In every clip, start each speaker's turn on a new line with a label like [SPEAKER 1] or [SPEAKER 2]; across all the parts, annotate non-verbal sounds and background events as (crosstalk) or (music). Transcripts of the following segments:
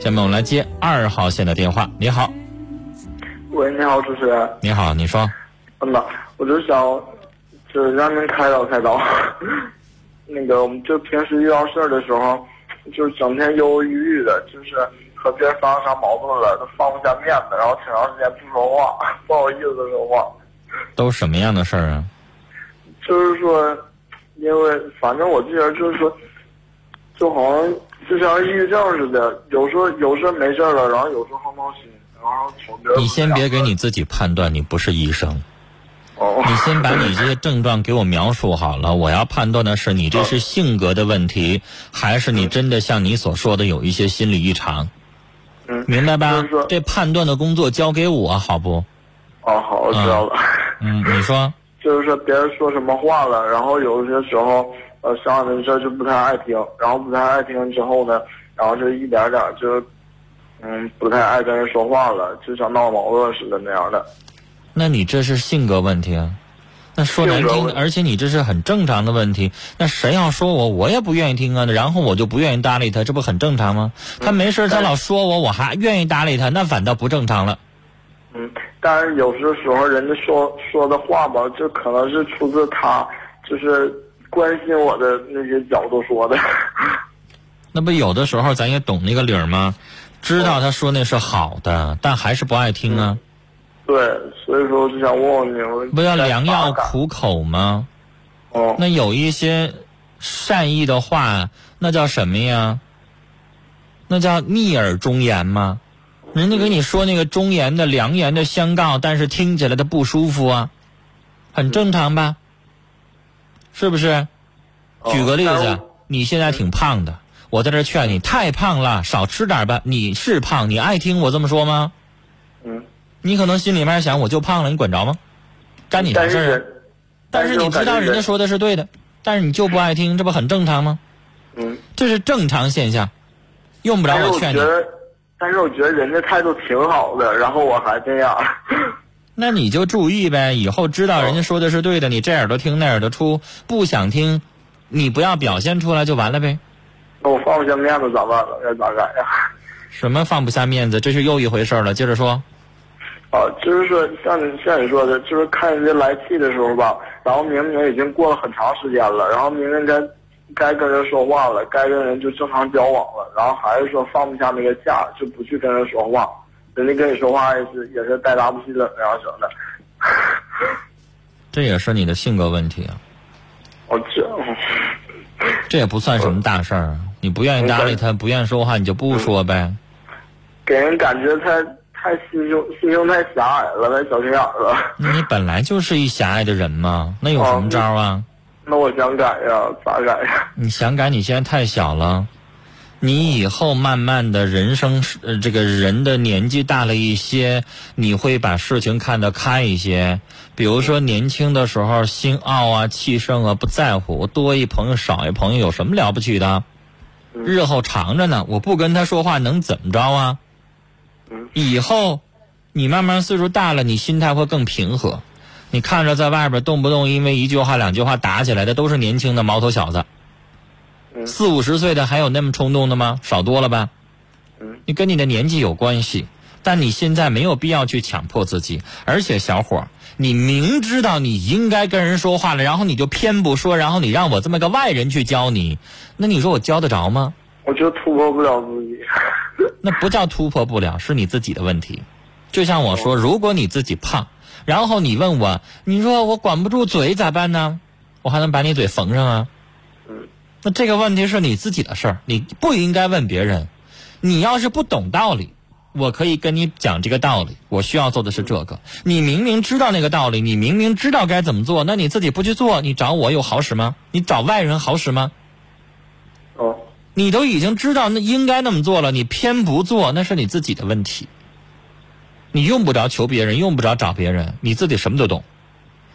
[SPEAKER 1] 下面我们来接二号线的电话。你好，
[SPEAKER 2] 喂，你好，主持人。
[SPEAKER 1] 你好，你说，
[SPEAKER 2] 嗯呐，我就想，就是让您开导开导。 (laughs) 那个，我们就平时遇到事儿的时候，就是整天犹犹豫豫的，就是和别人发生啥矛盾了，都放不下面子，然后挺长时间不说话， (laughs) 不好意思说话。
[SPEAKER 1] 都什么样的事儿啊？
[SPEAKER 2] 就是说，因为反正我这人就是说，就好像就像抑郁症似的，有时候有事儿没事儿了，然后有时候横闹心，然后瞅别人。
[SPEAKER 1] 你先别给你自己判断，你不是医生，
[SPEAKER 2] 哦，
[SPEAKER 1] 你先把你这些症状给我描述好了。我要判断的是你这是性格的问题，还是你真的像你所说的有一些心理异常，
[SPEAKER 2] 嗯，
[SPEAKER 1] 明白吧
[SPEAKER 2] 就是说？
[SPEAKER 1] 这判断的工作交给我好不？
[SPEAKER 2] 哦，好，我知道了。 (laughs)
[SPEAKER 1] 嗯，你说，
[SPEAKER 2] 就是说别人说什么话了，然后有些时候，呃，商量的事儿就不太爱听，然后不太爱听之后呢，然后就一点点就，嗯，不太爱跟人说话了，就像闹矛盾似的那样的。
[SPEAKER 1] 那你这是性格问题啊？那说难
[SPEAKER 2] 性格
[SPEAKER 1] 听，
[SPEAKER 2] 问题
[SPEAKER 1] 而且你这是很正常的问题。那谁要说我，我也不愿意听啊，然后我就不愿意搭理他，这不很正常吗？
[SPEAKER 2] 嗯
[SPEAKER 1] 他没事儿，他
[SPEAKER 2] 但是
[SPEAKER 1] 老说我，我还愿意搭理他，那反倒不正常了。
[SPEAKER 2] 嗯，但是有些时候人家说说的话吧，就可能是出自他就是关心我的那些角度说的。 (laughs)
[SPEAKER 1] 那不有的时候咱也懂那个理儿吗？知
[SPEAKER 2] 哦
[SPEAKER 1] 道他说那是好的，但还是不爱听
[SPEAKER 2] 嗯
[SPEAKER 1] 啊，
[SPEAKER 2] 对，所以说我就想问问你们，
[SPEAKER 1] 不要良药
[SPEAKER 2] 该咋
[SPEAKER 1] 苦口吗？
[SPEAKER 2] 干哦，
[SPEAKER 1] 那有一些善意的话，那叫什么呀？那叫逆耳忠言吗？人家给你说那个忠言的、良言的相告，但是听起来他不舒服啊，很正常吧？是不是？
[SPEAKER 2] 哦
[SPEAKER 1] 举个例
[SPEAKER 2] 但是
[SPEAKER 1] 子，啊你现在挺胖的，我在这儿劝你，太胖了，少吃点儿吧。你是胖，你爱听我这么说吗？
[SPEAKER 2] 嗯，
[SPEAKER 1] 你可能心里面想，我就胖了，你管着吗？干你啥
[SPEAKER 2] 但
[SPEAKER 1] 事
[SPEAKER 2] 是
[SPEAKER 1] 儿啊？
[SPEAKER 2] 人，
[SPEAKER 1] 但是你
[SPEAKER 2] 我感
[SPEAKER 1] 知
[SPEAKER 2] 觉
[SPEAKER 1] 道人家说的是对的，但是你就不爱听，这不很正常吗？
[SPEAKER 2] 嗯。
[SPEAKER 1] 这是正常现象，用不着
[SPEAKER 2] 但是
[SPEAKER 1] 我
[SPEAKER 2] 我
[SPEAKER 1] 劝
[SPEAKER 2] 觉
[SPEAKER 1] 你。
[SPEAKER 2] 得，但是我觉得人家态度挺好的，然后我还这样。 (laughs)
[SPEAKER 1] 那你就注意呗，以后知道人家说的是对的，你这耳朵听那耳朵出，不想听，你不要表现出来就完了呗。
[SPEAKER 2] 那我放不下面子咋办呢？该咋改呀？
[SPEAKER 1] 什么放不下面子，这是又一回事儿了。接着说，
[SPEAKER 2] 啊，就是说，像你像你说的，就是看人家来气的时候吧，然后明明已经过了很长时间了，然后明明该该跟人说话了，该跟人就正常交往了，然后还是说放不下那个架，就不去跟人说话，人家跟你说话也是也是带拉不起脸那样式的。
[SPEAKER 1] 这也是你的性格问题啊，
[SPEAKER 2] 我这，
[SPEAKER 1] 这也不算什么大事儿啊。你不愿意搭理他，不愿意说话，你就不说呗。
[SPEAKER 2] 给人感觉太太心胸心胸太狭隘了，太小心眼儿了。
[SPEAKER 1] 那你本来就是一狭隘的人嘛，那有什么招儿啊？
[SPEAKER 2] 那我想改呀，咋改呀？
[SPEAKER 1] 你想改，你现在太小了。你以后慢慢的人生是，呃，这个人的年纪大了一些，你会把事情看得开一些。比如说年轻的时候心傲啊、气盛啊，不在乎，多一朋友少一朋友有什么了不起的？日后长着呢，我不跟他说话能怎么着啊
[SPEAKER 2] 嗯？
[SPEAKER 1] 以后你慢慢岁数大了，你心态会更平和。你看着在外边动不动因为一句话两句话打起来的都是年轻的毛头小子，
[SPEAKER 2] 嗯
[SPEAKER 1] 四五十岁的还有那么冲动的吗？少多了吧
[SPEAKER 2] 嗯。
[SPEAKER 1] 你跟你的年纪有关系，但你现在没有必要去强迫自己。而且小伙儿，你明知道你应该跟人说话了，然后你就偏不说，然后你让我这么个外人去教你，那你说我教得着吗？
[SPEAKER 2] 我就突破不了自己。
[SPEAKER 1] 那不叫突破不了，是你自己的问题。就像我说，如果你自己胖，然后你问我，你说我管不住嘴咋办呢？我还能把你嘴缝上啊？
[SPEAKER 2] 嗯
[SPEAKER 1] 那这个问题是你自己的事儿，你不应该问别人。你要是不懂道理，我可以跟你讲这个道理。我需要做的是这个。你明明知道那个道理，你明明知道该怎么做，那你自己不去做，你找我有好使吗？你找外人好使吗？
[SPEAKER 2] 哦，
[SPEAKER 1] 你都已经知道那应该那么做了，你偏不做，那是你自己的问题。你用不着求别人，用不着找别人，你自己什么都懂。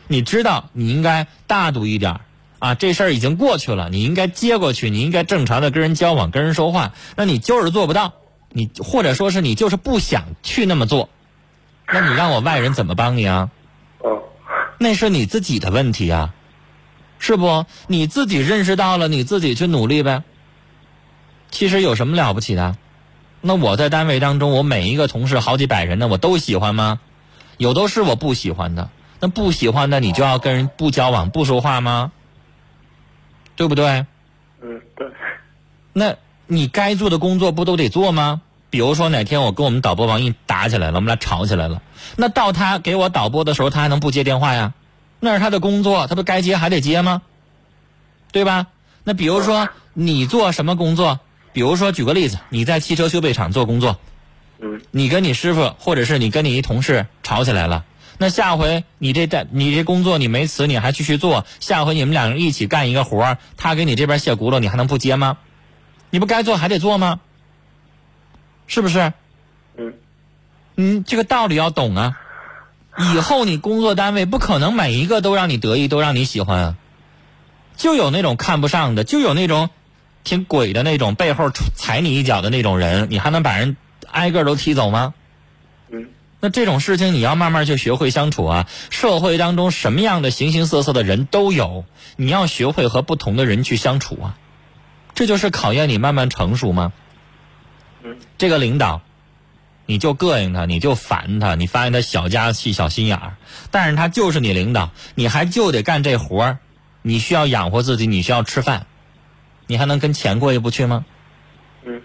[SPEAKER 1] 你知道你应该大度一点儿啊，这事儿已经过去了，你应该接过去，你应该正常的跟人交往、跟人说话。那你就是做不到，你或者说是你就是不想去那么做，那你让我外人怎么帮你啊？
[SPEAKER 2] 哦，
[SPEAKER 1] 那是你自己的问题啊，是不？你自己认识到了，你自己去努力呗。其实有什么了不起的？那我在单位当中，我每一个同事好几百人呢，我都喜欢吗？有都是我不喜欢的。那不喜欢的，你就要跟人不交往、不说话吗？对不对？
[SPEAKER 2] 嗯，对，
[SPEAKER 1] 那你该做的工作不都得做吗？比如说哪天我跟我们导播王毅打起来了，我们俩吵起来了，那到他给我导播的时候，他还能不接电话呀？那是他的工作，他不该接还得接吗？对吧？那比如说你做什么工作？比如说举个例子，你在汽车修配厂做工作，
[SPEAKER 2] 嗯
[SPEAKER 1] 你跟你师傅或者是你跟你一同事吵起来了，那下回你这代你这工作你没辞，你还继续做，下回你们两个人一起干一个活儿，他给你这边卸轱辘，你还能不接吗？你不该做还得做吗？是不是？
[SPEAKER 2] 嗯
[SPEAKER 1] 嗯，这个道理要懂啊。以后你工作单位不可能每一个都让你得意，都让你喜欢啊，就有那种看不上的，就有那种挺鬼的那种，背后踩你一脚的那种人，你还能把人挨个都踢走吗？
[SPEAKER 2] 嗯
[SPEAKER 1] 那这种事情你要慢慢去学会相处啊。社会当中什么样的形形色色的人都有，你要学会和不同的人去相处啊。这就是考验你慢慢成熟吗？
[SPEAKER 2] 嗯
[SPEAKER 1] 这个领导，你就膈应他，你就烦他，你发现他小家气、小心眼儿，但是他就是你领导，你还就得干这活儿，你需要养活自己，你需要吃饭，你还能跟钱过意不去吗？
[SPEAKER 2] 嗯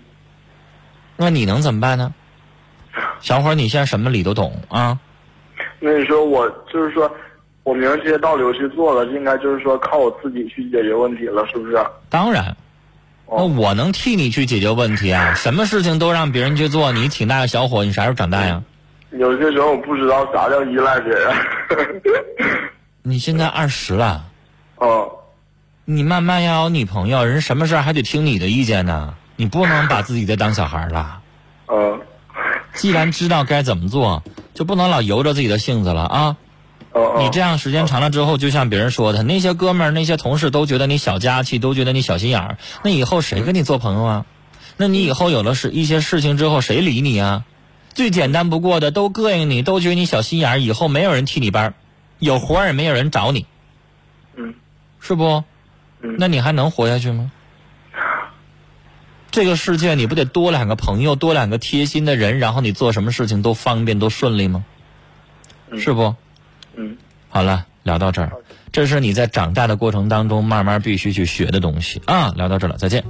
[SPEAKER 1] 那你能怎么办呢？小伙儿，你现在什么理都懂啊？
[SPEAKER 2] 那你说我就是说，我明白这些道理我去做了，应该就是说靠我自己去解决问题了，是不啊是？
[SPEAKER 1] 当然，那
[SPEAKER 2] 哦
[SPEAKER 1] 我能替你去解决问题啊！什么事情都让别人去做，你挺大个小伙，你啥时候长大呀？
[SPEAKER 2] 有些时候我不知道啥叫依赖别人。 (laughs)
[SPEAKER 1] 你现在二十了，
[SPEAKER 2] 哦，
[SPEAKER 1] 你慢慢要有女朋友，人什么事儿还得听你的意见呢。你不能把自己再当小孩儿了。
[SPEAKER 2] 嗯，
[SPEAKER 1] 既然知道该怎么做，就不能老由着自己的性子了啊！
[SPEAKER 2] 哦哦，
[SPEAKER 1] 你这样时间长了之后，就像别人说的，那些哥们儿、那些同事都觉得你小家气，都觉得你小心眼儿，那以后谁跟你做朋友啊？那你以后有了事一些事情之后，谁理你啊？最简单不过的，都膈应你，都觉得你小心眼儿，以后没有人替你班儿，有活儿也没有人找你，
[SPEAKER 2] 嗯
[SPEAKER 1] 是不？
[SPEAKER 2] 嗯，
[SPEAKER 1] 那你还能活下去吗？这个世界你不得多两个朋友，多两个贴心的人，然后你做什么事情都方便都顺利吗？
[SPEAKER 2] 嗯
[SPEAKER 1] 是不？
[SPEAKER 2] 嗯
[SPEAKER 1] 好了，聊到这儿，这是你在长大的过程当中慢慢必须去学的东西啊。聊到这儿了，再见。